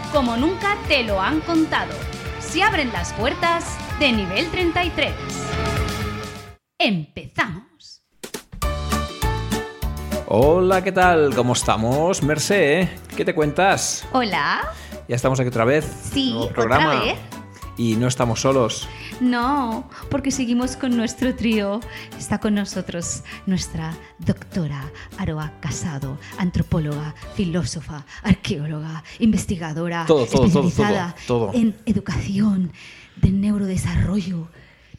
como nunca te lo han contado. Se abren las puertas de nivel 33. Empezamos. Hola, ¿qué tal? ¿Cómo estamos, Mercé? ¿Qué te cuentas? Hola. Ya estamos aquí otra vez. Sí, nuevo programa. otra vez. Y no estamos solos. No, porque seguimos con nuestro trío. Está con nosotros nuestra doctora Aroa Casado, antropóloga, filósofa, arqueóloga, investigadora, Todo, todo, todo, especializada todo, todo. en educación, de neurodesarrollo,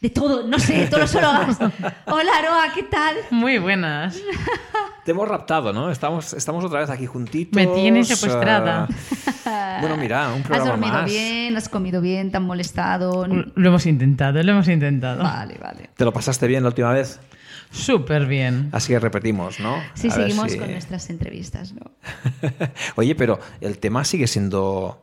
de todo, no sé, todos los ólogos. Hola Aroa, ¿qué tal? Muy buenas. Te hemos raptado, ¿no? Estamos, estamos otra vez aquí juntitos. Me tienes secuestrada. ah, bueno, mira, un ¿Has programa dormido más. Mm, bien? ¿Has comido bien? ¿Te han molestado? Lo hemos intentado, lo hemos intentado. Vale, vale. ¿Te lo pasaste bien la última vez? Súper bien. Así que repetimos, ¿no? Sí, A ver seguimos si- con nuestras entrevistas, ¿no? Oye, pero el tema sigue siendo,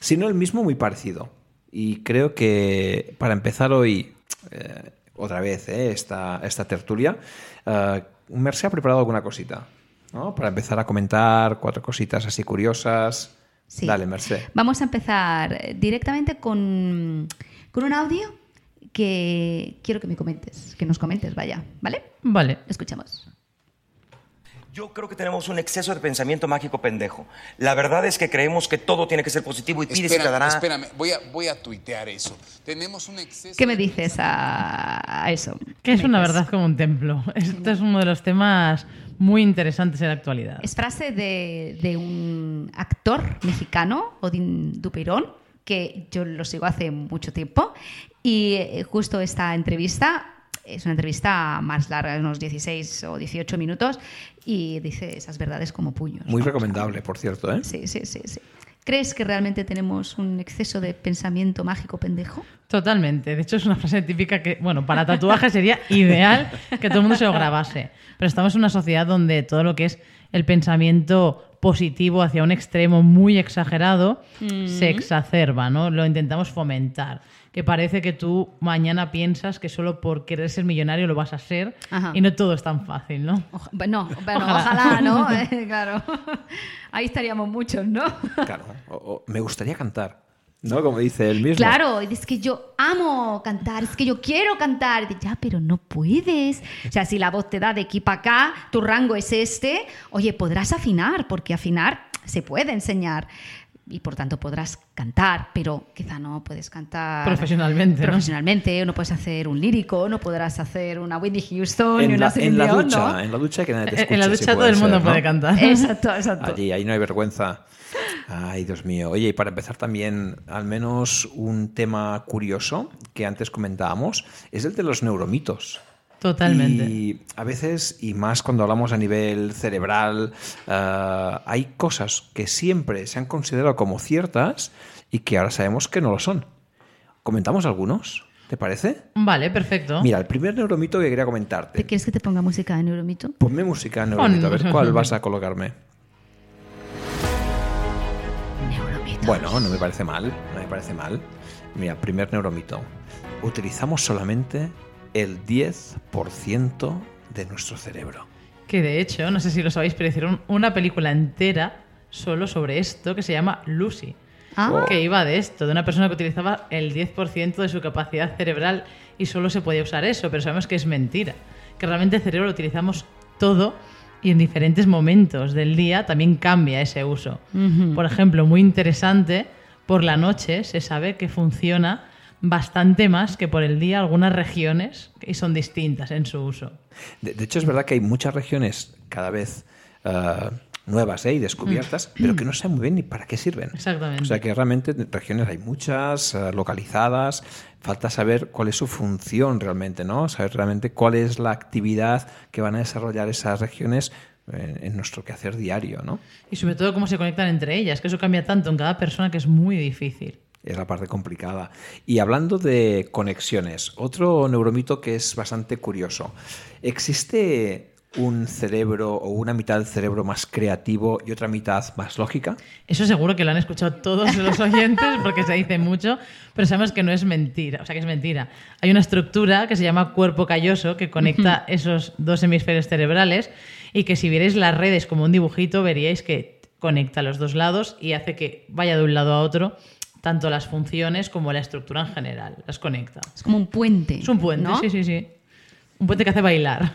si no el mismo, muy parecido. Y creo que para empezar hoy, eh, otra vez, eh, esta, esta tertulia, eh, Merce ha preparado alguna cosita, ¿no? Para empezar a comentar cuatro cositas así curiosas. Sí. Dale, Pues Merce. Vamos a empezar directamente con, con un audio que quiero que me comentes, que nos comentes, vaya, ¿vale? Vale. Lo escuchamos. Yo creo que tenemos un exceso de pensamiento mágico pendejo. La verdad es que creemos que todo tiene que ser positivo y pide y te Espérame, dará. espérame, voy a, voy a tuitear eso. Tenemos un exceso. ¿Qué me dices a, a eso? Que es ¿Me una dices? verdad como un templo. Esto es uno de los temas muy interesantes en la actualidad. Es frase de, de un actor mexicano, Odín Dupeirón, que yo lo sigo hace mucho tiempo. Y eh, justo esta entrevista es una entrevista más larga, unos 16 o 18 minutos, y dice esas verdades como puños. Muy ¿no? O sea, recomendable, por cierto, ¿eh? Sí, sí, sí, sí. ¿Crees que realmente tenemos un exceso de pensamiento mágico pendejo? Totalmente. De hecho, es una frase típica que, bueno, para tatuaje sería ideal que todo el mundo se lo grabase. Pero estamos en una sociedad donde todo lo que es el pensamiento positivo hacia un extremo muy exagerado se exacerba, ¿no? Lo intentamos fomentar. Que parece que tú mañana piensas que solo por querer ser millonario lo vas a ser Ajá. y no todo es tan fácil, ¿no? Oja- bueno, bueno, ojalá, Ojalá. ¿no? Eh, claro. Ahí estaríamos muchos, ¿no? Claro. O- o me gustaría cantar, ¿no? Como dice él mismo. Claro, y es que yo amo cantar, es que yo quiero cantar. Y dices, ya, pero no puedes. O sea, si la voz te da de aquí para acá, tu rango es este, oye, podrás afinar, porque afinar se puede enseñar. Y por tanto podrás cantar, pero quizá no puedes cantar Profesionalmente, ¿no? Profesionalmente, no puedes hacer un lírico, no podrás hacer una Whitney Houston, ni En una la, en Celine la Dion, ducha, ¿no? en la ducha que nadie te En la escuche, si ducha todo el mundo ser, ¿no? puede cantar. Exacto, exacto. Allí, ahí no hay vergüenza. Ay, Dios mío. Oye, y para empezar también, al menos un tema curioso que antes comentábamos, es el de los neuromitos. Totalmente. Y a veces, y más cuando hablamos a nivel cerebral, eh, hay cosas que siempre se han considerado como ciertas y que ahora sabemos que no lo son. ¿Comentamos algunos? ¿Te parece? Vale, perfecto. Mira, el primer neuromito que quería comentarte. ¿Te quieres que te ponga música de Neuromito? Ponme música, neuromito, a ver Pon- cuál vas a colocarme. Neuromito. Bueno, no me parece mal, no me parece mal. Mira, primer neuromito. Utilizamos solamente el 10% de nuestro cerebro. Que de hecho, no sé si lo sabéis, pero hicieron una película entera solo sobre esto que se llama Lucy. Ah. Que iba de esto, de una persona que utilizaba el 10% de su capacidad cerebral y solo se podía usar eso, pero sabemos que es mentira. Que realmente el cerebro lo utilizamos todo y en diferentes momentos del día también cambia ese uso. Por ejemplo, muy interesante, por la noche se sabe que funciona bastante más que por el día algunas regiones y son distintas en su uso. De, de hecho, es verdad que hay muchas regiones cada vez eh, nuevas eh, y descubiertas, pero que no saben muy bien ni para qué sirven. Exactamente. O sea que realmente regiones hay muchas, eh, localizadas. Falta saber cuál es su función realmente, ¿no? Saber realmente cuál es la actividad que van a desarrollar esas regiones eh, en, en nuestro quehacer diario, ¿no? Y sobre todo cómo se conectan entre ellas, que eso cambia tanto en cada persona que es muy difícil. Es la parte complicada. Y hablando de conexiones, otro neuromito que es bastante curioso. ¿Existe un cerebro o una mitad del cerebro más creativo y otra mitad más lógica? Eso seguro que lo han escuchado todos los oyentes porque se dice mucho, pero sabemos que no es mentira, o sea que es mentira. Hay una estructura que se llama cuerpo calloso que conecta esos dos hemisferios cerebrales y que si vierais las redes como un dibujito veríais que conecta los dos lados y hace que vaya de un lado a otro tanto las funciones como la estructura en general, las conecta. Es como un puente. Es un puente, ¿no? sí, sí, sí. Un puente que hace bailar.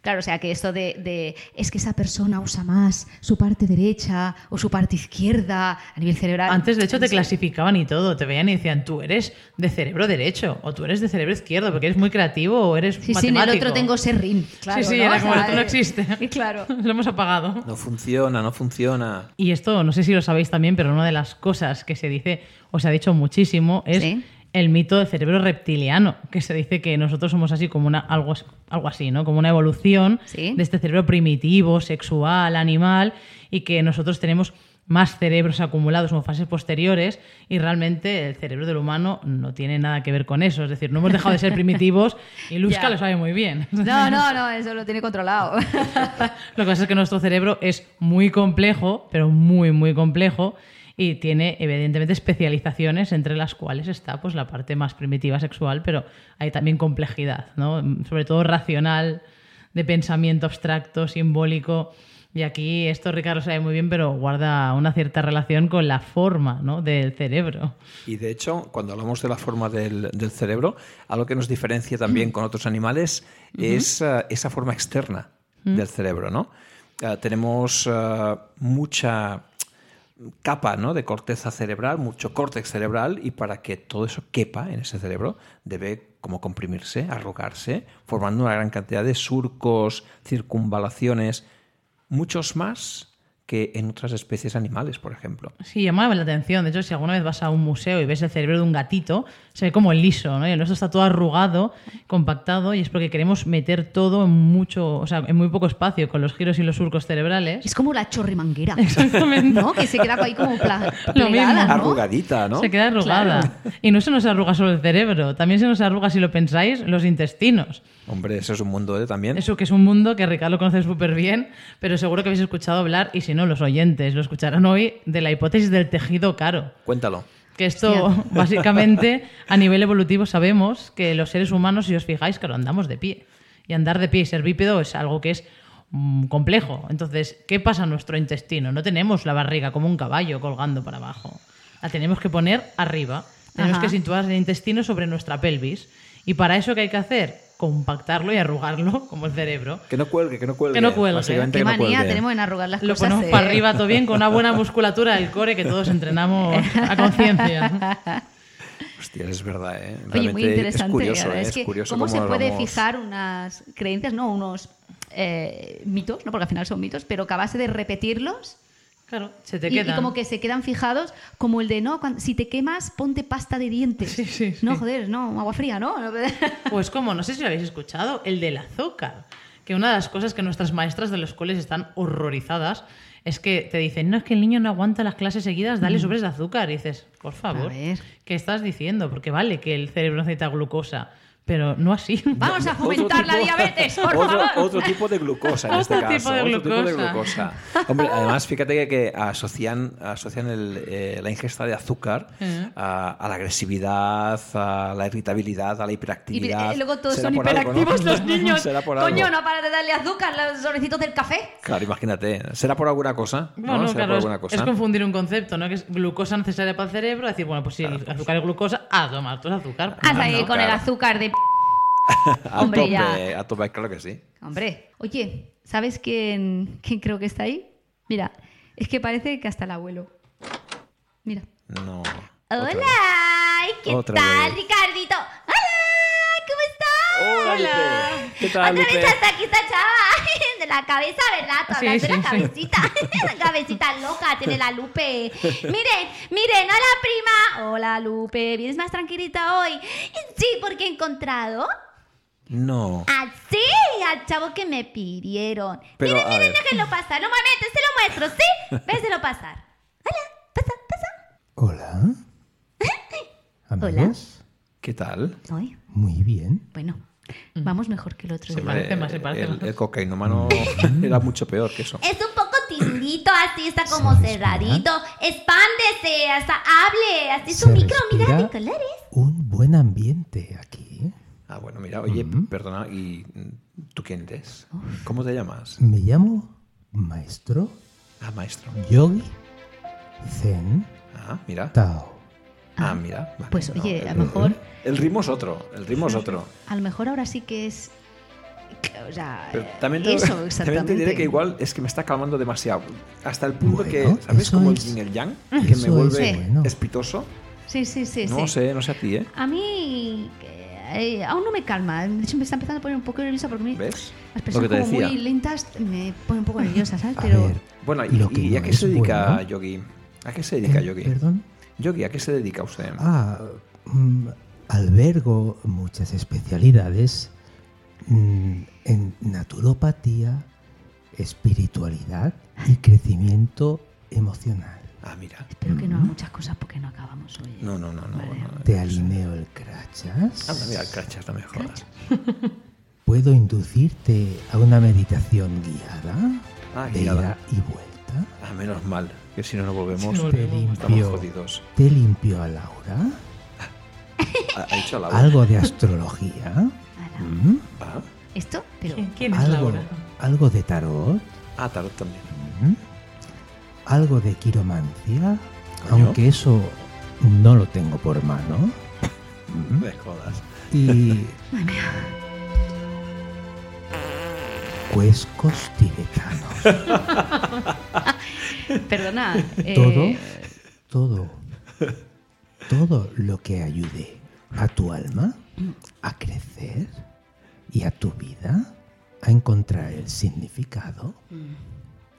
Claro, o sea, que esto de, de, es que esa persona usa más su parte derecha o su parte izquierda a nivel cerebral. Antes, de hecho, te Sí. clasificaban y todo. Te veían y decían, tú eres de cerebro derecho o tú eres de cerebro izquierdo porque eres muy creativo o eres Sí, sí, en matemático. el otro tengo serrín. Claro, sí, sí, ¿no? era O como, sea, "Tú no eh, existe. y claro. Lo hemos apagado. No funciona, no funciona. Y esto, no sé si lo sabéis también, pero una de las cosas que se dice o se ha dicho muchísimo es Sí. el mito del cerebro reptiliano, que se dice que nosotros somos así como una algo, as- algo así, ¿no? Como una evolución Sí. de este cerebro primitivo, sexual, animal, y que nosotros tenemos más cerebros acumulados como fases posteriores y realmente el cerebro del humano no tiene nada que ver con eso. Es decir, no hemos dejado de ser primitivos y Luzca Ya. lo sabe muy bien. No, no, no, eso lo tiene controlado. Lo que pasa es que nuestro cerebro es muy complejo, pero muy, muy complejo, y tiene evidentemente especializaciones entre las cuales está pues, la parte más primitiva sexual, pero hay también complejidad, ¿no? sobre todo racional, de pensamiento abstracto, simbólico. Y aquí esto Ricardo sabe muy bien, pero guarda una cierta relación con la forma ¿no? del cerebro. Y de hecho, cuando hablamos de la forma del, del cerebro, algo que nos diferencia Mm. también con otros animales es eh, esa forma externa Mm. del cerebro, ¿no? Eh, tenemos eh, mucha capa ¿no? de corteza cerebral, mucho córtex cerebral, y para que todo eso quepa en ese cerebro, debe como comprimirse, arrugarse, formando una gran cantidad de surcos, circunvalaciones, muchos más que en otras especies animales, por ejemplo. Sí, llamaba la atención. De hecho, si alguna vez vas a un museo y ves el cerebro de un gatito, se ve como liso, ¿no? Y el nuestro está todo arrugado, compactado, y es porque queremos meter todo en mucho, o sea, en muy poco espacio, con los giros y los surcos cerebrales. Es como la chorrimanguera. Exactamente. ¿No? Que se queda ahí como pla- Lo mismo. plegada, ¿no? Arrugadita, ¿no? Ah, Se queda arrugada. Y no se nos arruga solo el cerebro, también se nos arruga, si lo pensáis, los intestinos. Hombre, eso es un mundo ¿eh? también. Eso que es un mundo que Ricardo conoce súper bien, pero seguro que habéis escuchado hablar, y si no, los oyentes lo escucharán hoy, de la hipótesis del tejido caro. Cuéntalo. Que esto, Hostia. básicamente, a nivel evolutivo sabemos que los seres humanos, si os fijáis, claro, andamos de pie. Y andar de pie y ser bípedo es algo que es mm, complejo. Entonces, ¿qué pasa en nuestro intestino? No tenemos la barriga como un caballo colgando para abajo. La tenemos que poner arriba. Tenemos Ajá. que situar el intestino sobre nuestra pelvis. Y para eso, ¿qué hay que hacer? Compactarlo y arrugarlo, como el cerebro. Que no cuelgue, que no cuelgue. Que no cuelgue. Básicamente Qué que no manía cuelgue. tenemos en arrugar las Lo cosas. ponemos eh. para arriba todo bien, con una buena musculatura del core que todos entrenamos a conciencia. Hostia, es verdad, ¿eh? Oye, Realmente muy interesante. Es curioso, la verdad ¿eh? es Es que curioso cómo, se nos puede vamos- fijar unas creencias, no unos eh, mitos, no porque al final son mitos, pero que a base de repetirlos Claro, se te y, y queda. como que se quedan fijados, como el de no, cuan- si te quemas, ponte pasta de dientes. Sí, sí, sí. No, joder, no, agua fría, no. Pues como, no sé si lo habéis escuchado, el del azúcar. Que una de las cosas que nuestras maestras de los coles están horrorizadas es que te dicen, no, es que el niño no aguanta las clases seguidas, dale sobres de azúcar. Y dices, por favor, Mm. A ver. ¿qué estás diciendo? Porque vale que el cerebro necesita glucosa, pero no así. Vamos a fomentar Otro la tipo- diabetes, por otro, favor. Otro tipo de glucosa en Otro este tipo caso. de otro tipo de glucosa. glucosa. Hombre, además, fíjate que, que asocian, asocian el, eh, la ingesta de azúcar Ujú. a, a la agresividad, a la irritabilidad, a la Y hiperactividad. eh, luego todos Será son por algo, ¿no? hiperactivos los niños. Será por algo. Coño, no para de darle azúcar a los sobrecitos del café. Claro, imagínate. ¿Será por alguna cosa? Bueno, ¿Será claro, por es, alguna cosa? es confundir un concepto, ¿no? Que es glucosa necesaria para el cerebro, decir, bueno, pues si el azúcar es glucosa, a tomar tú el azúcar. Hasta Ah, ahí no, con el claro. azúcar de... p- A Hombre, tope, ya. a tope, claro que sí. Hombre, oye, ¿sabes quién, quién creo que está ahí? Mira, es que parece que hasta el abuelo. Mira. No. Hola, otra vez. ¿qué Otra tal, vez. Ricardito? Hola, ¿cómo estás? Hola, Lupe. ¿Qué tal, Otra Lupe? vez hasta aquí esta chava de la cabeza, ¿verdad? Tú Sí, hablas de sí, la sí. cabecita, la cabecita loca tiene la Lupe. Miren, miren, hola prima. Hola Lupe, ¿vienes más tranquilita hoy? Sí, porque he encontrado No. Así, al chavo que me pidieron. Pero, miren, a miren, ver. déjenlo pasar. Un momento, se lo muestro, ¿sí? Véselo pasar. Hola, pasa, pasa. Hola. Amigos. ¿Qué tal? Ay, Muy bien. bueno, vamos mejor que el otro. Se día. parece me- más, se parece el, más. el cocainómano era mucho peor que eso. Mm. Es un poco tiendito, así está como Se respira. cerradito. Expándese, hasta hable. Así su Se micro, mira de respira colores. Un buen ambiente aquí. Ah, bueno, mira, oye, perdona, ¿y mm, tú quién eres? ¿Cómo te llamas? Me llamo Maestro Ah, maestro. Yogi Zen Ah, mira. Tao. Ah, mira. vale, Pues, no, oye, a el- lo mejor, El ritmo es otro, el ritmo es otro. a lo mejor ahora sí que es. O sea, Pero también te, eso, también te exactamente. diré que igual es que me está calmando demasiado. Hasta el punto Bueno, que, ¿sabes? eso Como el es- yin y el yang, Mm. que me eso vuelve es bueno. espitoso. Sí, sí, sí. No sí. sé, no sé a ti, ¿eh? A mí eh, aún no me calma. De hecho, me está empezando a poner un poco nerviosa porque me- ¿Ves? las Lo que personas te como decía. muy lentas me ponen un poco nerviosa, ¿sabes? A Pero ver, Bueno, ¿y, Lo que y a no qué es se dedica bueno- Yogi? ¿A qué se dedica eh, Yogi? Perdón. Yogi, ¿a qué se dedica usted? Ah, mm, albergo muchas especialidades mm, en naturopatía, espiritualidad y crecimiento emocional. Ah, mira. espero que no haga muchas cosas porque no acabamos hoy. No, no, no, no. Vale. no, no. Te alineo el crachas. Anda, Ah, mira, crachas, no me jodas. Puedo inducirte a una meditación guiada, Ah, de guiada. ida y vuelta. Ah, menos mal, que si no, no volvemos. Si no, Te Volvemos. Estamos limpio, jodidos. te limpio a Laura. Ha, ha hecho la Algo de astrología. Ala. mm, Ah, ¿Esto? Pero ¿Quién- ¿Quién es Algo, Laura? algo de tarot. ah, tarot también. ¿Mm? Algo de quiromancia, Coño. aunque eso no lo tengo por mano. No me jodas. Y. Cuescos tibetanos. perdona. eh, Todo, todo, todo lo que ayude a tu alma a crecer y a tu vida a encontrar el significado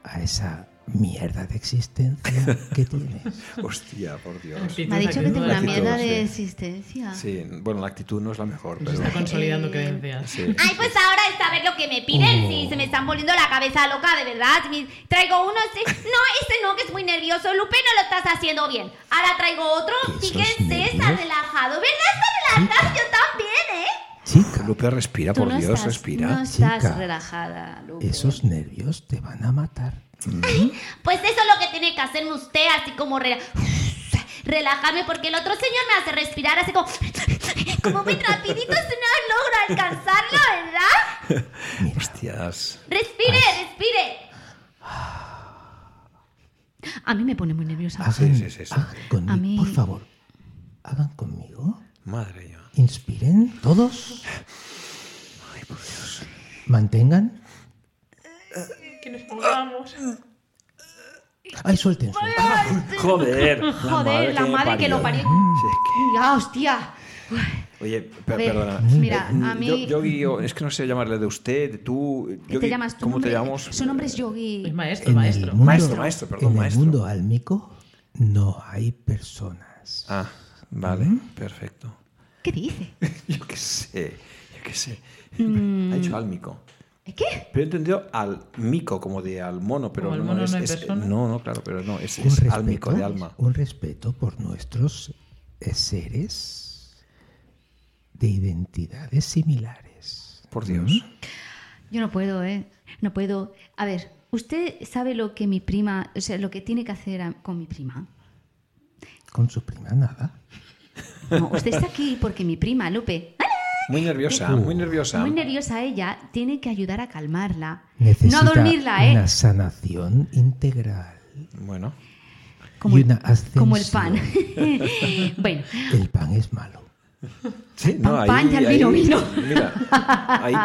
a esa mierda de existencia que tienes. Hostia, por Dios. Actitud, Me ha dicho que tengo una Actitud, mierda sí. de existencia. Sí, bueno, la actitud no es la mejor, Se pero. está Eh, consolidando creencias. Sí. Ay, pues ahora es saber lo que me piden. Oh. Sí, se me están volviendo la cabeza loca, de verdad. Mi- Traigo uno, sí. No, este no, que es muy nervioso. Lupe, no lo estás haciendo bien. Ahora traigo otro. ¿Esos Fíjense, está nervios? relajado. ¿Verdad? Está relajado. Yo también, ¿eh? Chica, Lupe, respira, por Dios, respira. No estás Chica, relajada, Lupe. Esos nervios te van a matar. Pues eso es lo que tiene que hacer usted, así como rela- relajarme, porque el otro señor me hace respirar así como... Como muy rapidito, si no logro alcanzarlo, ¿verdad? Mira, Hostias. Respire, respire. A mí me pone muy nerviosa. hagan, Ah, sí, sí, sí. hagan conmigo, A mí- por favor. Hagan conmigo. Madre mía. Inspiren todos. Mantengan. Que nos movamos. Ay, suelten, suelten. Joder, la Joder, la madre que lo parió. Sí, es que- Ya, hostia. Oye, per- A ver, perdona. mira, Eh, a mí- Yo, Yogi, yo- es que no sé llamarle de usted, de tú. Yogi, ¿Te llamas tú? ¿Cómo nombre- te llamamos? Su nombre es Yogi. Es maestro, En el maestro. mundo, Maestro, maestro, perdón, en el maestro. mundo álmico no hay personas. Ah, vale, perfecto. ¿Qué dice? Yo qué sé, yo qué sé. Ha hecho álmico. Mm. ¿Eh, ¿Qué? Pero he entendido al mico como de al mono, pero Como al no, mono es, no hay es- persona. no, no, claro, pero no, es, un es respeto, álmico de alma. un respeto por nuestros eh, seres de identidades similares. ¿Mm? Por Dios. Yo no puedo, ¿eh? No puedo. A ver, ¿usted sabe lo que mi prima, o sea, lo que tiene que hacer a- con mi prima? Con su prima nada. No, usted está aquí porque mi prima, Lupe, ¡ah! Muy nerviosa, muy nerviosa. muy nerviosa ella, tiene que ayudar a calmarla. Necesita no dormirla, ¿eh? una sanación integral Bueno, Como, y una el, ascensión. como el pan. bueno, El pan es malo. sí, no, Pan, ahí, pan, y al ahí- vino, vino. Mira, ahí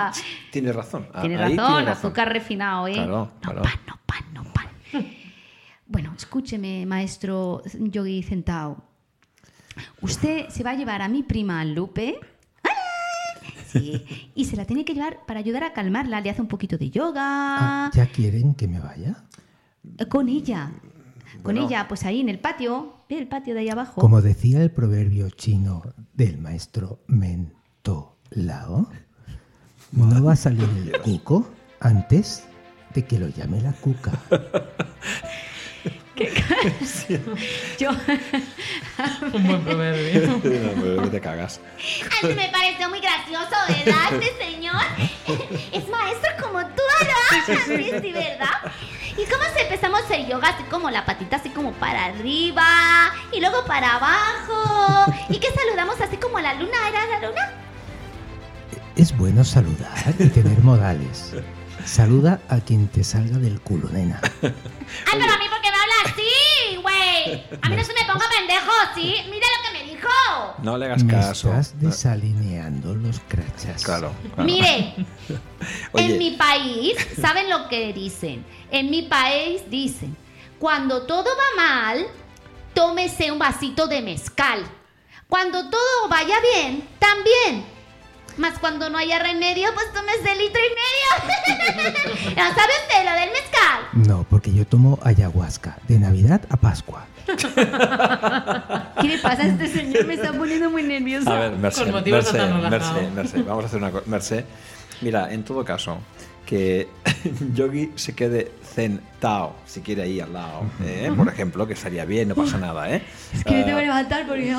tiene razón. ah, tiene ahí razón, tiene azúcar refinado, ¿eh? Claro, no claro. pan, no pan, no pan. Bueno, escúcheme, maestro Yogi Centao. Usted se va a llevar a mi prima Lupe. ¡Ah! Sí. Y se la tiene que llevar para ayudar a calmarla. Le hace un poquito de yoga. Ah, ¿Ya quieren que me vaya? Eh, Con ella. Con Bueno. ella, pues ahí en el patio. Ve el patio de ahí abajo. Como decía el proverbio chino del maestro Mentolao, No va a salir el cuco antes de que lo llame la cuca. ¿Qué caso? Yo, Un buen proverbio. No, te cagas. Algo me pareció muy gracioso, ¿verdad, este señor? Es maestro como tú, ¿verdad, Christy, verdad? ¿Y cómo se empezamos a hacer yoga? Así como la patita, así como para arriba, y luego para abajo. ¿Y que saludamos así como a la luna? ¿Era la luna? Es bueno saludar y tener modales. Saluda a quien te salga del culo, nena. ¡Ay, Ah, pero a mí por qué me habla así, güey! A mí no se me ponga pendejo, ¿sí? Mira lo que me dijo. No le hagas Me caso. Ah. Eh, estás desalineando los crachas. Claro. claro. Mire, Oye, en mi país, ¿saben lo que dicen? En mi país dicen, cuando todo va mal, tómese un vasito de mezcal. Cuando todo vaya bien, también. Más cuando no haya remedio, pues tómese litro y medio. ¿No sabe usted lo del mezcal? No, porque yo tomo ayahuasca de Navidad a Pascua. ¿Qué le pasa a este señor? Me está poniendo muy nerviosa. A ver, Merce, Con motivos Merce, no tan relajados. Merce, Merce, vamos a hacer una cosa. Merce, mira, en todo caso, que Yogi se quede sentado, si quiere ahí al lado, ¿eh? por ejemplo, que estaría bien, no pasa nada, ¿eh? Es que me Ah, tengo que levantar porque.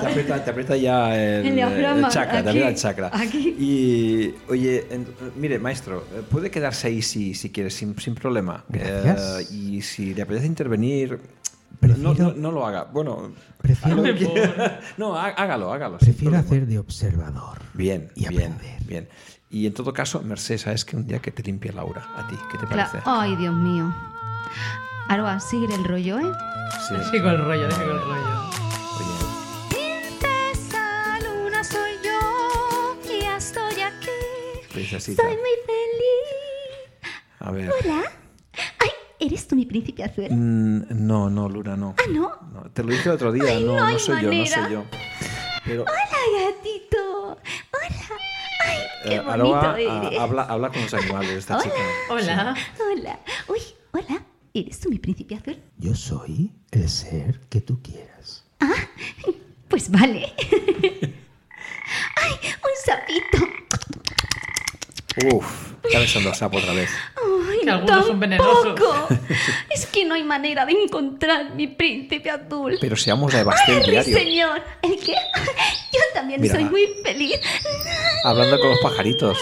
te, aprieta, te aprieta ya el, El diafragma, el chakra, te aquí, aprieta el chakra. aquí. Y, oye, en- mire, maestro, eh, puede quedarse ahí si, si quiere, sin, sin problema. Gracias. Eh, y si le apetece intervenir, no, Prefiero- no- no lo haga. Bueno, Prefiero, no, há- hágalo, hágalo. sin prefiero problema. hacer de observador. Bien, Y bien, aprender. bien. Y en todo caso, Mercedes, es que un día que te limpie Laura, a ti, ¿qué te La- parece? Ay, Dios mío. Ahora, sigue el rollo, ¿eh? Sí. Sigo el rollo, le sigo el rollo. Oye, Esa luna soy yo y estoy aquí. princesita. Soy muy feliz. A ver. Hola. Ay, ¿eres tú mi príncipe azul? Mm, no, no, Luna, no. Ah, ¿no? Te lo dije el otro día, Ay, no, no no, hay soy yo, no manera. soy yo. Pero, Hola, gatito. Hola. Ay, qué eh, bonito Aroa, ah, eres. habla, habla con los animales esta Hola. chica. Hola. Hola. Uy, hola. ¿Eres tú mi príncipe azul? Yo soy el ser que tú quieras. Pues vale. Ay, un sapito. Uf, está besando a sapo otra vez. Ay, Que algunos son venenosos. tampoco. Es que no hay manera de encontrar mi príncipe azul. Pero seamos la de Ay, Bastel mi diario, señor. ¿El qué? Yo también Mira. soy muy feliz. hablando con los pajaritos.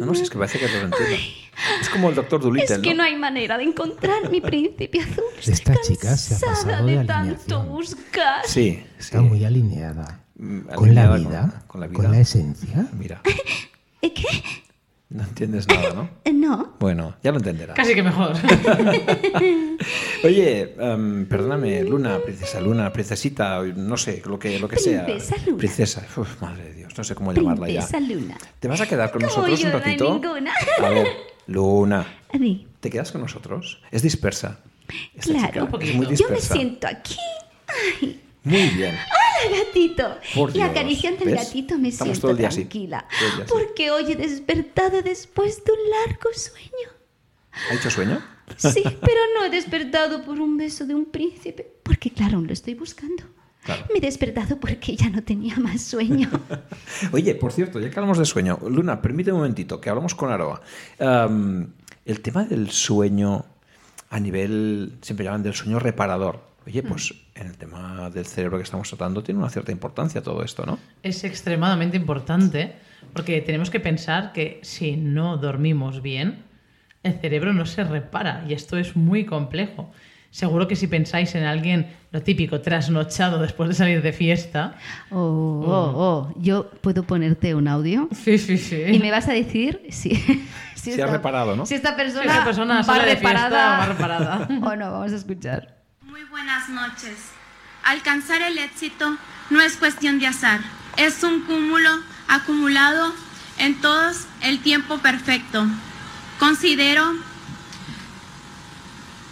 No, no, si es que parece que no lo entiendo. Es como el doctor Dolittle, Es que ¿no? no hay manera de encontrar mi príncipe azul. De esta chica se ha Cansada pasado de tanto alineación. buscar. Sí, sí. Está muy alineada. Mm, Con la, alineada vida, con- con, con la la vida. esencia. Mira, ¿Eh, ¿Qué? no entiendes nada, ¿no? Eh, No. Bueno, ya lo entenderás. Casi que mejor. Oye, em, perdóname, Luna, princesa Luna, princesita, no sé, lo que, lo que sea. Princesa Luna. Princesa, uf, madre de Dios, no sé cómo llamarla ya. Princesa Luna. ¿Te vas a quedar con No, nosotros yo un no hay ratito? ninguna. A ver, Luna, A mí. ¿te quedas con nosotros? Es dispersa. Esta Eh, Claro. chica es Un muy poquito. Yo me dispersa. siento aquí. Ay, Muy bien. hola gatito. Por y Dios, acariciando al ¿ves? gatito me Estamos todo siento el día así. tranquila. Todo el día así. porque hoy he despertado después de un largo sueño. ¿Ha hecho sueño? Sí, pero no he despertado por un beso de un príncipe, porque claro, lo estoy buscando. Claro. Me he despertado porque ya no tenía más sueño. Oye, por cierto, ya que hablamos de sueño, Luna, permíteme un momentito, que hablamos con Aroa. Am, el tema del sueño a nivel, siempre llaman del sueño reparador. Oye, pues en el tema del cerebro que estamos tratando tiene una cierta importancia todo esto, ¿no? Es extremadamente importante porque tenemos que pensar que si no dormimos bien, el cerebro no se repara y esto es muy complejo. Seguro que si pensáis en alguien, lo típico, trasnochado después de salir de fiesta. Oh, oh, oh. Yo puedo ponerte un audio Sí, sí, sí. Eh. y me vas a decir si. Si, ha reparado, ¿no? Si esta persona, Si esa persona va, sale de fiesta reparada, o va reparada. o no, vamos a escuchar. Muy buenas noches. Alcanzar el éxito no es cuestión de azar, es un cúmulo acumulado en todos el tiempo perfecto. Considero...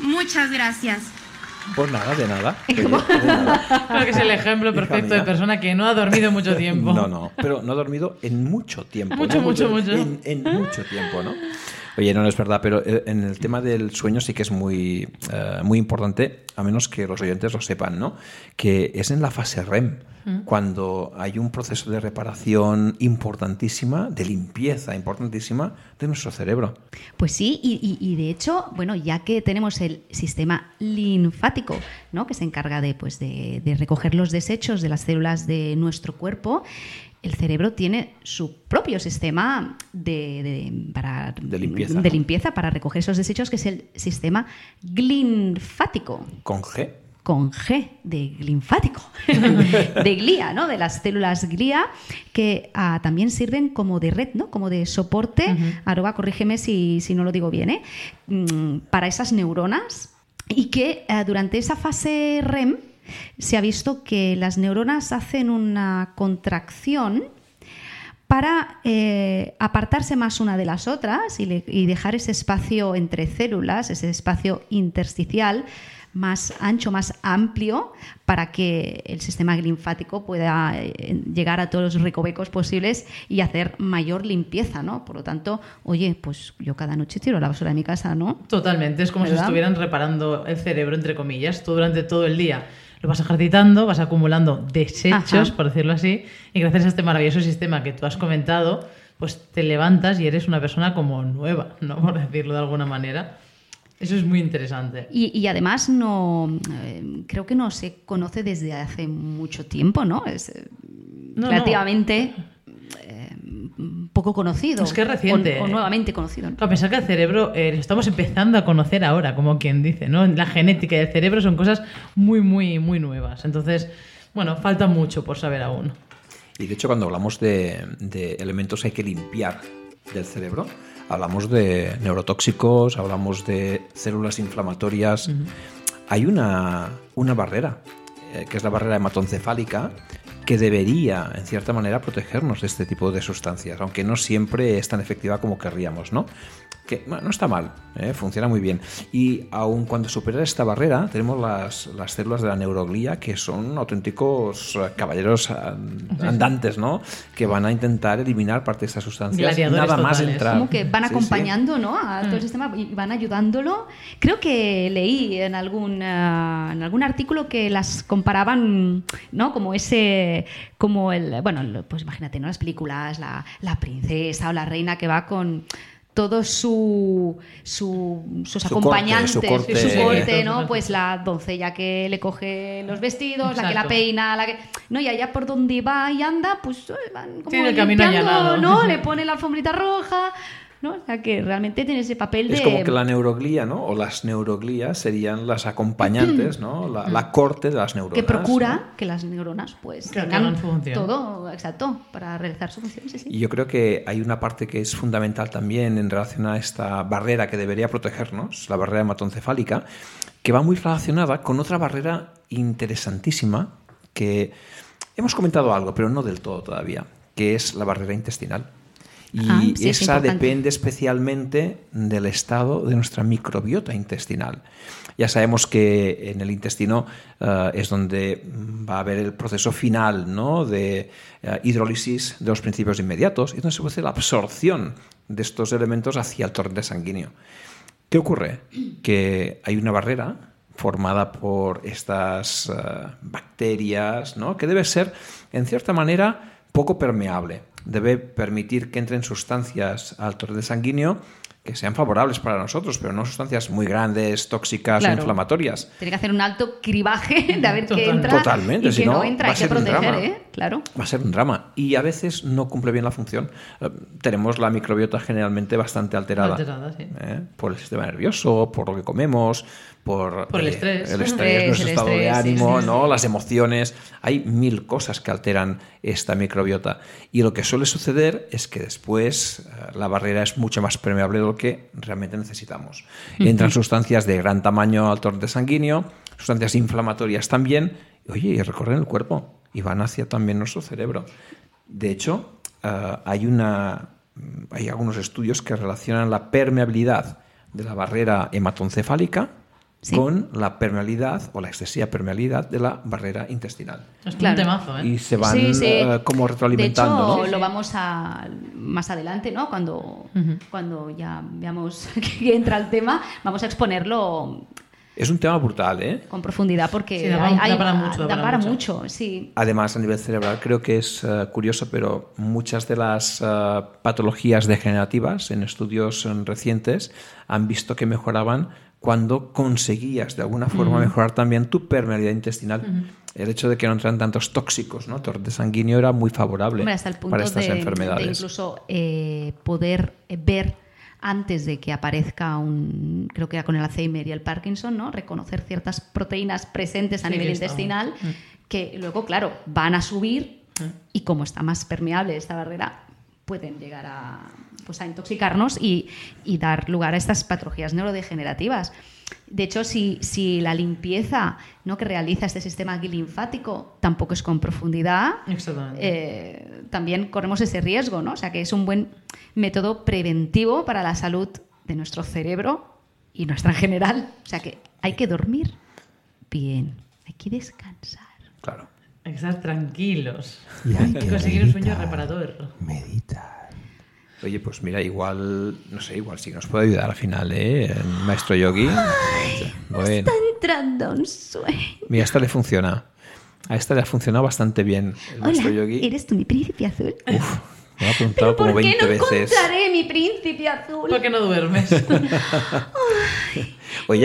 Muchas gracias. Pues nada, de nada. Oye, ¿Cómo? de nada. Creo que es el ejemplo Hija perfecto mía. de persona que no ha dormido mucho tiempo. No, no, pero no ha dormido en mucho tiempo. Mucho, ¿no? mucho, mucho. En, en mucho tiempo, ¿no? Oye, no, no es verdad, pero eh, en el tema del sueño sí que es muy, eh, muy importante, a menos que los oyentes lo sepan, ¿no? Que es en la fase REM, Mm. cuando hay un proceso de reparación importantísima, de limpieza importantísima de nuestro cerebro. Pues sí, y, y- y de hecho, bueno, ya que tenemos el sistema linfático, ¿no? que se encarga de, pues, de, de recoger los desechos de las células de nuestro cuerpo, el cerebro tiene su propio sistema de, de- para, De limpieza, de ¿no? limpieza para recoger esos desechos, que es el sistema linfático Con G. con G de linfático, de glía, ¿no? De las células glía que ah, también sirven como de red, ¿no? Como de soporte. Aroba, corrígeme si, si no lo digo bien, ¿eh? Mm, Para esas neuronas y que ah, durante esa fase REM se ha visto que las neuronas hacen una contracción para eh, apartarse más una de las otras y, le- y dejar ese espacio entre células, ese espacio intersticial más ancho, más amplio, para que el sistema linfático pueda eh, llegar a todos los recovecos posibles y hacer mayor limpieza, ¿no? Por lo tanto, oye, pues yo cada noche tiro la basura de mi casa, ¿no? Totalmente, es como si ¿Verdad? estuvieran reparando el cerebro, entre comillas, tú durante todo el día. Lo vas ejercitando, vas acumulando desechos, Ajá. por decirlo así, y gracias a este maravilloso sistema que tú has comentado, pues te levantas y eres una persona como nueva, ¿no? Por decirlo de alguna manera. Eso es muy interesante. Y, y además no eh, creo que no se conoce desde hace mucho tiempo, ¿no? Es eh, no. relativamente eh, poco conocido. Es que es reciente. O, o nuevamente conocido. ¿no? Claro, pensar que el cerebro eh, lo estamos empezando a conocer ahora, como quien dice, ¿no? La genética y el cerebro son cosas muy, muy, muy nuevas. Entonces, bueno, falta mucho por saber aún. Y de hecho, cuando hablamos de, de elementos que hay que limpiar del cerebro, hablamos de neurotóxicos, hablamos de células inflamatorias. Hay una, una barrera, eh, que es la barrera hematoencefálica, que debería, en cierta manera, protegernos de este tipo de sustancias, aunque no siempre es tan efectiva como querríamos, ¿no? Que bueno, no está mal, ¿eh? funciona muy bien. Y aun cuando supera esta barrera, tenemos las, las células de la neuroglía que son auténticos eh, caballeros an- andantes, ¿no? Que van a intentar eliminar parte de estas sustancias Gladiadores nada más totales. entrar. Como que van Sí, sí. acompañando ¿no? a Mm. todo el sistema y van ayudándolo. Creo que leí en algún, ah, en algún artículo que las comparaban, ¿no? Como ese, como el, bueno, el- pues imagínate, ¿no? Las películas, la, la princesa o la reina que va con todo su, su- sus Su acompañantes, corte, su corte. corte, ¿no? Exacto. Pues la doncella que le coge los vestidos, la que la Exacto. peina, la que... No, y allá por donde va y anda, pues eh, van como Tiene el camino limpiando, allanado. ¿no? Le pone la alfombrita roja, ¿no? O sea, que realmente tiene ese papel de... Es como que la neuroglía, ¿no? O las neuroglías serían las acompañantes, ¿no? La, la corte de las neuronas. que procura ¿no? que las neuronas pues Que tengan hagan su función. todo exacto para realizar su función sí, sí. Y yo creo que hay una parte que es fundamental también en relación a esta barrera que debería protegernos, la barrera hematoencefálica, que va muy relacionada con otra barrera interesantísima que hemos comentado algo, pero no del todo todavía, que es la barrera intestinal. Y Ah, sí, es esa importante. depende especialmente del estado de nuestra microbiota intestinal. Ya sabemos que en el intestino eh, es donde va a haber el proceso final ¿no? de eh, hidrólisis de los principios inmediatos y es donde se produce la absorción de estos elementos hacia el torrente sanguíneo. ¿Qué ocurre? Que hay una barrera formada por estas eh, bacterias, ¿no? Que debe ser, en cierta manera, poco permeable. Debe permitir que entren sustancias al torrente sanguíneo que sean favorables para nosotros, pero no sustancias muy grandes, tóxicas Claro. o inflamatorias. tiene que hacer un alto cribaje de a ver qué Total. entra Totalmente, y si qué no no, entra va hay a que ser un proteger drama. eh claro Va a ser un drama y a veces no cumple bien la función. Eh, tenemos la microbiota generalmente bastante alterada. Alterada, sí. ¿eh? Por el sistema nervioso, por lo que comemos, por, Por el estrés. eh, el Estrés, estrés, nuestro el estado de estrés, sí, ánimo, sí, ¿no? las emociones. Hay mil cosas que alteran esta microbiota. Y lo que suele suceder es que después eh, la barrera es mucho más permeable de lo que realmente necesitamos. Entran sustancias de gran tamaño al torrente sanguíneo, sustancias inflamatorias también, y, oye, y recorren el cuerpo y van hacia también nuestro cerebro. De hecho, eh, hay una hay algunos estudios que relacionan la permeabilidad de la barrera hematoencefálica Sí. con la permeabilidad o la excesiva permeabilidad de la barrera intestinal. Es Claro. un temazo, ¿eh? Y se van Sí, sí. eh, como retroalimentando, De hecho, ¿no? lo vamos a más adelante, ¿no? Cuando, cuando ya veamos que entra el tema, vamos a exponerlo Es un tema brutal, ¿eh? con profundidad porque Sí, da pa- hay- da hay- para mucho, da para mucho. mucho, sí. Además, a nivel cerebral, creo que es eh, curioso, pero muchas de las eh, patologías degenerativas en estudios eh, recientes han visto que mejoraban cuando conseguías de alguna forma mejorar también tu permeabilidad intestinal. El hecho de que no entraran tantos tóxicos, ¿no? torrente sanguíneo era muy favorable Hombre, hasta el punto para estas de, enfermedades. de incluso eh, poder eh, ver antes de que aparezca un, creo que era con el Alzheimer y el Parkinson, ¿no? Reconocer ciertas proteínas presentes a Sí, nivel que estaban. intestinal que luego, claro, van a subir y como está más permeable esta barrera, pueden llegar a, pues, a intoxicarnos y, y dar lugar a estas patologías neurodegenerativas. De hecho, si, si la limpieza ¿no? que realiza este sistema aquí linfático tampoco es con profundidad, Exactamente. eh, también corremos ese riesgo, ¿no? O sea que es un buen método preventivo para la salud de nuestro cerebro y nuestra en general. O sea que hay que dormir bien, hay que descansar. Claro. Hay que estar tranquilos. Y hay que Conseguir un sueño meditar. reparador. Meditar. Oye, pues mira, igual, no sé, igual sí que nos puede ayudar al final, ¿eh? El maestro Yogi. Bueno, Está entrando un sueño. mira, esta le funciona. A esta le ha funcionado bastante bien el maestro Hola, Yogi. ¿eres tú mi príncipe azul? Uf, me lo ha preguntado ¿Pero como por qué 20 no veces. encontraré mi príncipe azul? ¿Por qué no duermes? Oye,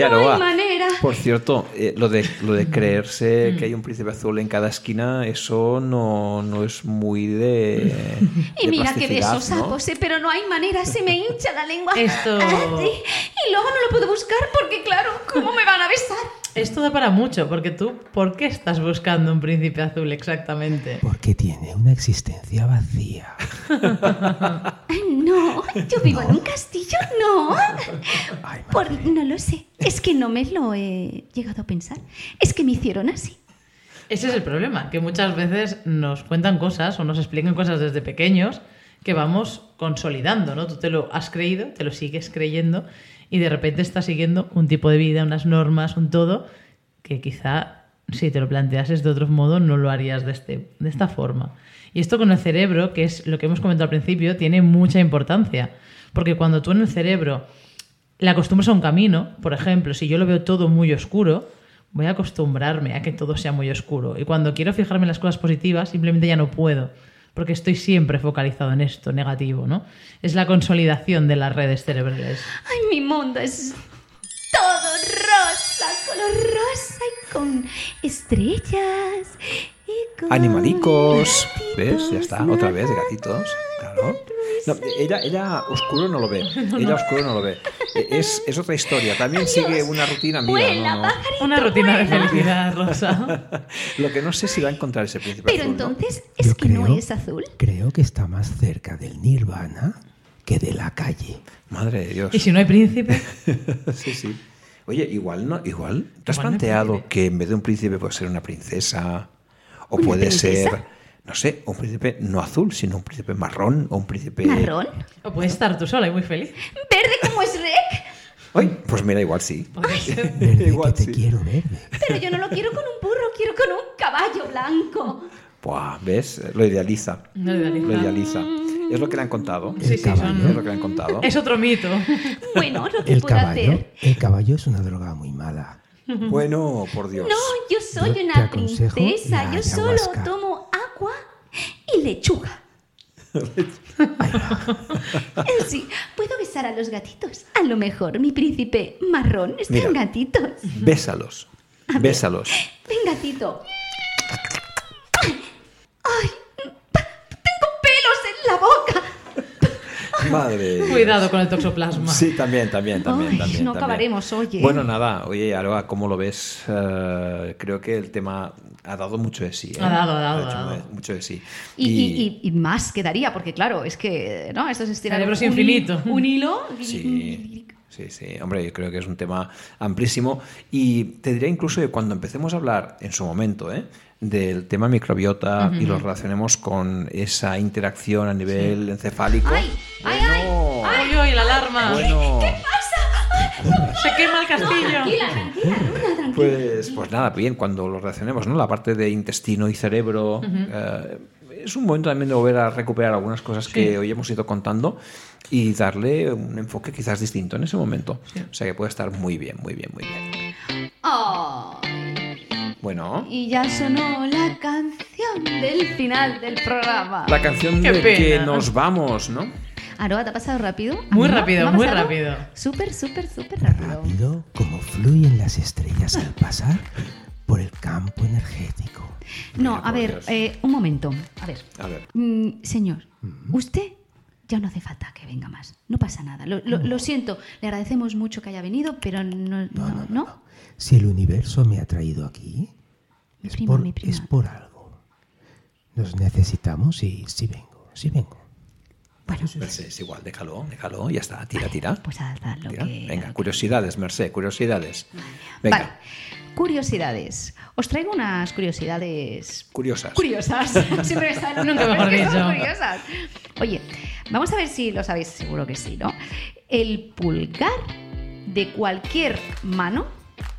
No hay Aroa, manera. Mm. por cierto, eh, lo, de, lo de creerse que hay un príncipe azul en cada esquina, eso no, no es muy de. Y de mira que de plasticidad, esos ¿no? sapos, eh, pero no hay manera, se me hincha la lengua. Esto- Ah, sí. Y luego no lo puedo buscar porque, claro, ¿cómo me van a besar? Esto da para mucho, porque tú, ¿por qué estás buscando un príncipe azul exactamente? Porque tiene una existencia vacía. Ay, no, yo vivo en un castillo, no. Ay, madre. Por, no lo sé, es que no me lo he llegado a pensar. Es que me hicieron así. Ese es el problema, que muchas veces nos cuentan cosas o nos explican cosas desde pequeños que vamos consolidando, ¿no? Tú te lo has creído, te lo sigues creyendo y de repente estás siguiendo un tipo de vida, unas normas, un todo que quizá si te lo planteases de otro modo no lo harías de, este, de esta forma. Y esto con el cerebro, que es lo que hemos comentado al principio, tiene mucha importancia. Porque cuando tú en el cerebro la acostumbras a un camino, por ejemplo, si yo lo veo todo muy oscuro, voy a acostumbrarme a que todo sea muy oscuro. Y cuando quiero fijarme en las cosas positivas, simplemente ya no puedo, porque estoy siempre focalizado en esto negativo, ¿no? Es la consolidación de las redes cerebrales. Ay, mi mundo es todo rosa, color rosa y con estrellas. Y con Animalicos. ¿Ves? Ya está. gatitos, Otra vez, na, gatitos. Claro. No, ella, ella oscuro no lo ve. Ella oscuro no lo ve. Eh, Es, es otra historia. También sigue una rutina mía. Vuela, no, no. pajarito, Una rutina de vuela. felicidad, Rosa. Lo que no sé si va a encontrar ese príncipe Pero azul, ¿no? entonces, ¿es Yo que no creo- es azul? Creo que está más cerca del nirvana que de la calle. Madre de Dios. Y si no hay príncipe, Sí, sí. Oye, igual no, igual. ¿Te has Igual no planteado príncipe. que en vez de un príncipe puede ser una princesa? O ¿Una puede princesa? ser, no sé, un príncipe no azul, sino un príncipe marrón o un príncipe. ¿Marrón? o puedes estar tú sola y muy feliz. ¿Verde como es Rek? Ay, pues mira, igual sí. Podría ser. Verde Igual que te sí. quiero verde. Pero yo no lo quiero con un burro, quiero con un caballo blanco. Buah, ¿ves? Lo idealiza. No le da ni Lo nada. idealiza. Es lo que le han contado. Sí, sí, son- Es lo que le han contado. Es otro mito. Bueno, lo que El puedo caballo, hacer. el caballo es una droga muy mala. Bueno, por Dios. No, yo soy Yo te una aconsejo princesa, la yo solo ayahuasca. tomo agua y lechuga. Eh, sí, puedo besar a los gatitos. A lo mejor mi príncipe marrón está en Mira. gatitos. Bésalos. Bésalos. Ven, gatito. Ay, pa- tengo pelos en la boca. Madre. de Dios. Cuidado con el toxoplasma. Sí, también, también, también. Ay, también, no también. acabaremos, oye. Bueno, nada, oye, Aroa, ¿cómo lo ves? Eh, creo que el tema ha dado mucho de sí. ¿eh? Ha dado, ha dado, hecho ha dado. mu- Mucho de sí. Y, y- y- y más quedaría, porque claro, es que, ¿no? Esto es estirar Cerebro es un, infinito. un hilo. Sí, sí, sí. Hombre, yo creo que es un tema amplísimo. Y te diría incluso que cuando empecemos a hablar en su momento, ¿eh? del tema microbiota y lo relacionemos con esa interacción a nivel encefálico. ¡Ay! ¡Ay, ay! Bueno, ¡Ay, ay, la alarma! bueno. ¿Qué pasa? Se quema el castillo. Tranquila, tranquila, Luna, tranquila. Pues, pues nada, bien, cuando lo relacionemos, ¿no? La parte de intestino y cerebro. eh, es un momento también de volver a recuperar algunas cosas que hoy hemos ido contando y darle un enfoque quizás distinto en ese momento. O sea que puede estar muy bien, muy bien, muy bien. Oh, Bueno, y ya sonó la canción del final del programa. la canción Qué de que pena. nos vamos, ¿no? Aroa, ¿te ha pasado rápido? ¿A mí Muy no? rápido, ¿Me ha muy pasado? rápido. Súper, súper, súper rápido. Rápido como fluyen las estrellas al pasar por el campo energético. No, Mira, a por ver, Dios. eh, un momento. A ver. A ver. Mm, señor, usted ya no hace falta que venga más. No pasa nada. Lo, lo- lo siento, le agradecemos mucho que haya venido, pero no. No, no. Si el universo me ha traído aquí, Mi es, prima, por, mi prima. es por algo. Nos necesitamos y sí vengo, sí vengo. Bueno, Mercé, pues es igual, déjalo, déjalo, ya está, tira, tira. pues haz haz lo Tira. que. Venga, curiosidades, Mercé, curiosidades. Venga, Vale. Curiosidades. Os traigo unas curiosidades curiosas. curiosas. Siempre me salen Nunca mejor es que son dicho. curiosas. Oye, vamos a ver si lo sabéis, seguro que sí, ¿no? El pulgar de cualquier mano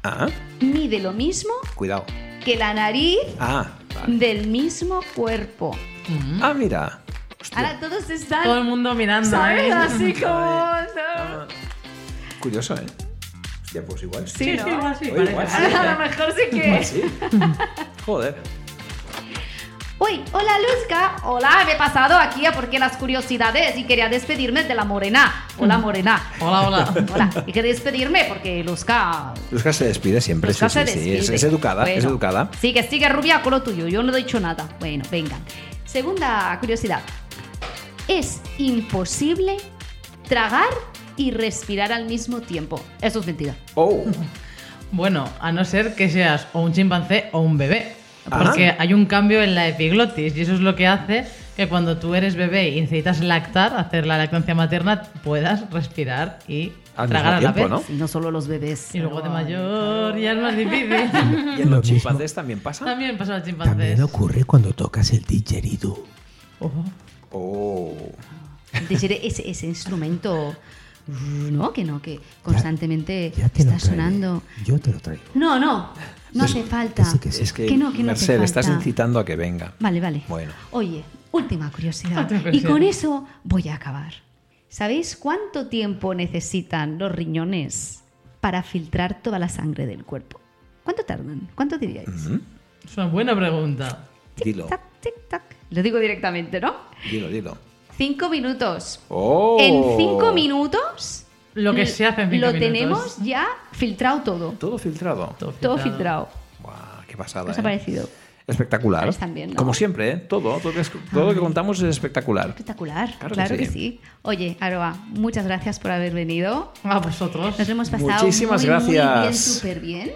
ah, mide lo mismo cuidado. que la nariz Ah, vale. del mismo cuerpo. Ah, mira. Ahora todos están, Todo el mundo mirando. ¿sabes? ¿eh? Así como... Ay, ah, curioso, ¿eh? Hostia, pues igual. Sí, ¿no? igual sí, Oye, parece. igual sí. ¿eh? A lo mejor sí que... Sí. Joder. Uy, hola Luzca. Hola, me he pasado aquí a porque las curiosidades y quería despedirme de la morena. Hola Mm. morena. Hola, hola. Hola, y quería despedirme porque Luzca... Luzca se despide siempre. Luzca sí, se sí, sí, despide. Es, es educada, es Bueno, educada. Sigue, sigue rubia con lo tuyo. Yo no he dicho nada. Bueno, vengan. Segunda curiosidad. Es imposible tragar y respirar al mismo tiempo. Eso es mentira. Oh, Bueno, a no ser que seas o un chimpancé o un bebé. Ah. Porque hay un cambio en la epiglotis y eso es lo que hace que cuando tú eres bebé y necesitas lactar, hacer la lactancia materna, puedas respirar y Al tragar mismo a la vez. tiempo, ¿no? Y no solo los bebés. Y luego de Ay, mayor ya es más difícil. ¿y en Lo los mismo. chimpancés también pasa? También pasa al chimpancé. También ocurre cuando tocas el didgeridoo. Ojo. Oh. Decir, ese, ese instrumento, uh, no, que no, que constantemente Ya te lo Eh, está traigo. sonando. Yo te lo traigo. No, no, no Sí, hace falta. sí que sí. Pues Es que, Que no, que no te Merced, falta. estás incitando a que venga. Vale, vale. Bueno. Oye, última curiosidad. Otra Y curiosidad. con eso voy a acabar. ¿Sabéis cuánto tiempo necesitan los riñones para filtrar toda la sangre del cuerpo? ¿Cuánto tardan? ¿Cuánto diríais? Es una buena pregunta. Dilo, Tac, tic, tac. Lo digo directamente, ¿no? dilo, dilo. Cinco minutos. Oh. En cinco minutos. Lo que l- se hace en cinco Lo minutos. tenemos ya filtrado todo. Todo filtrado. Todo filtrado. Buah, qué ¿Qué pasada. os ha ¿eh? parecido? Espectacular. Ahí están bien, ¿no? Como siempre, ¿eh? todo, todo, que es- todo lo que contamos es espectacular. Espectacular. Claro Claro, que, que sí. sí. Oye, Aroa, muchas gracias por haber venido. A vosotros. Nos lo hemos pasado Muchísimas muy, muy bien, gracias. súper bien.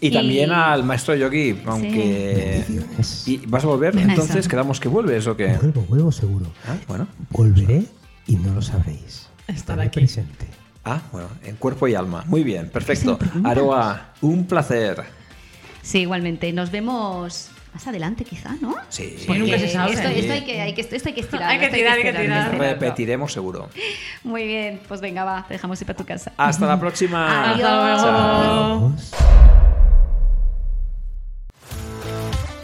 Y también Y- al maestro Yogi, aunque... Bendiciones. ¿Y vas a volver? Entonces quedamos que vuelves o que... Vuelvo, vuelvo seguro. Ah, bueno. Volveré y no lo sabréis. Estar Estaré aquí. presente. Ah, bueno, en cuerpo y alma. Muy bien, perfecto. Aroa, un placer. Sí, igualmente. Nos vemos más adelante, quizá, ¿no? Sí. Pues nunca se sabe. Esto, Sí. esto hay que, hay que, esto hay que estirar. Hay que esto tirar, hay que estirarlo, tirar. estirarlo. Repetiremos seguro. Muy bien, pues venga, va, te dejamos ir para tu casa. Hasta la próxima. Adiós. Hasta luego. Vamos.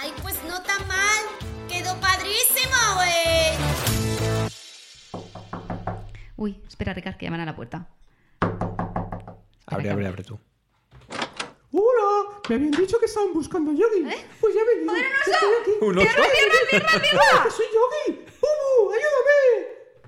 Ay, pues no tan mal. Quedó padrísimo, güey. Uy, espera, Ricardo, que llaman a la puerta. Abre, abre, abre tú. ¡Hola! Me habían dicho que ¿Eh? estaban buscando a Yogi. Pues ya he venido. ¡Madre, un oso! ¡Cierra, cierra, cierra, cierra! Ah, ¡Soy Yogi!